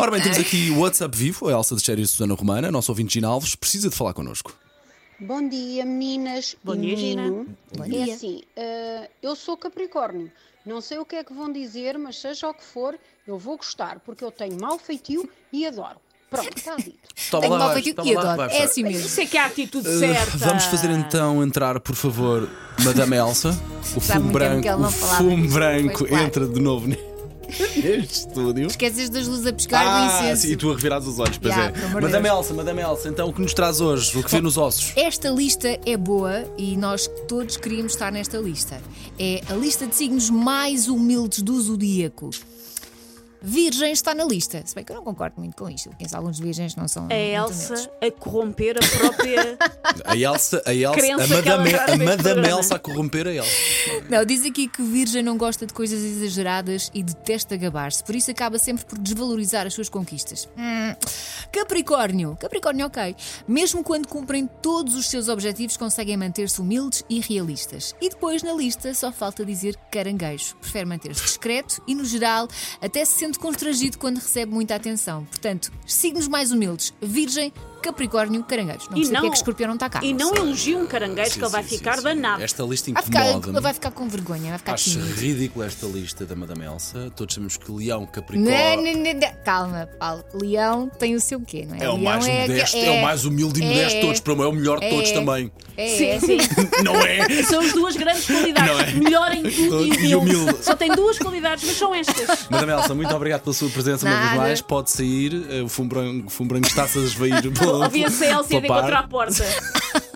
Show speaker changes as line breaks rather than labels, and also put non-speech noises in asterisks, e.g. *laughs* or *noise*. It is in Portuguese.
Ora bem,
Ah.
temos aqui o WhatsApp vivo, é a Elsa de Chério e a Susana Romana, nosso ouvinte Gina Alves, precisa de falar connosco.
Bom dia, meninas.
Bom
e
dia, Gina.
menino.
Bom
É assim, eh, eu sou Capricórnio. Não sei o que é que vão dizer, mas seja o que for, eu vou gostar, porque eu tenho mau feitio e adoro. Pronto, está dito.
Toma
Tenho
lá,
mal
vais,
feito
toma
e
lá,
adoro.
vai,
É
vai.
assim mesmo.
Isso é que é a atitude
Uh,
certa.
Vamos fazer então entrar, por favor, Madame Elsa. O
Já há
fumo
muito tempo que
branco,
ela não
o
falava
fumo
disto,
branco
pois, claro.
entra de novo ne- *laughs* neste estúdio.
Esqueces das luzes a pescar do
Ah,
incenso.
sim, e tu a reviras os olhos, pois
Ya,
é.
pelo amor de
Madame
Deus.
Elsa, Madame Elsa, então o que nos traz hoje? O que vê nos ossos?
Esta lista é boa e nós todos queríamos estar nesta lista. É a lista de signos mais humildes do zodíaco. Virgem está na lista. Se bem que eu não concordo muito com isto, porque alguns virgens não são.
A Elsa a corromper a própria.
A Elsa, a Elsa,
Crença
a
que ela
Madame,
já
a
fez
Madame
programa.
Elsa a corromper a Elsa.
Não, diz aqui que virgem não gosta de coisas exageradas e detesta gabar-se, por isso acaba sempre por desvalorizar as suas conquistas. Hum. Capricórnio. Capricórnio, ok. Mesmo quando cumprem todos os seus objetivos, conseguem manter-se humildes e realistas. E depois, na lista, só falta dizer caranguejo. Prefere manter-se discreto e, no geral, até se sente constrangido quando recebe muita atenção. Portanto, signos mais humildes: virgem, capricórnio, caranguejo. Não
e *laughs*
sei
não,
porque é que escorpião não está cá.
E não elogia um caranguejo
Sim,
que ele vai
sim, sim,
ficar
sim.
danado.
Esta lista
Vai ficar,
incomoda-me.
vai ficar com vergonha, vai ficar
Acho
tímido.
ridícula esta lista da Madame Elsa. Todos sabemos que Leão,
Não,
Capricórnio.
não, não, não. né, Calma, Paulo. Leão tem o seu quê, não é?
É o
Leão
mais modesto, é, o mais humilde e
é,
modesto de
é.
todos, para mim é o melhor de
É.
todos também.
É,
Sim,
é.
sim.
Não
*laughs*
é?
São as duas grandes qualidades. Melhor em tudo
E humilde.
e humilde. Só tem duas qualidades, mas são estas.
Madame Elsa, muito obrigado pela sua presença uma vez
Nada.
mais.
*laughs*
Pode sair, eh, o fumo branco, o fumo branco está-se a esvair pela,
Ouvia-se a Elsa
pela
de encontrar
par.
a porta.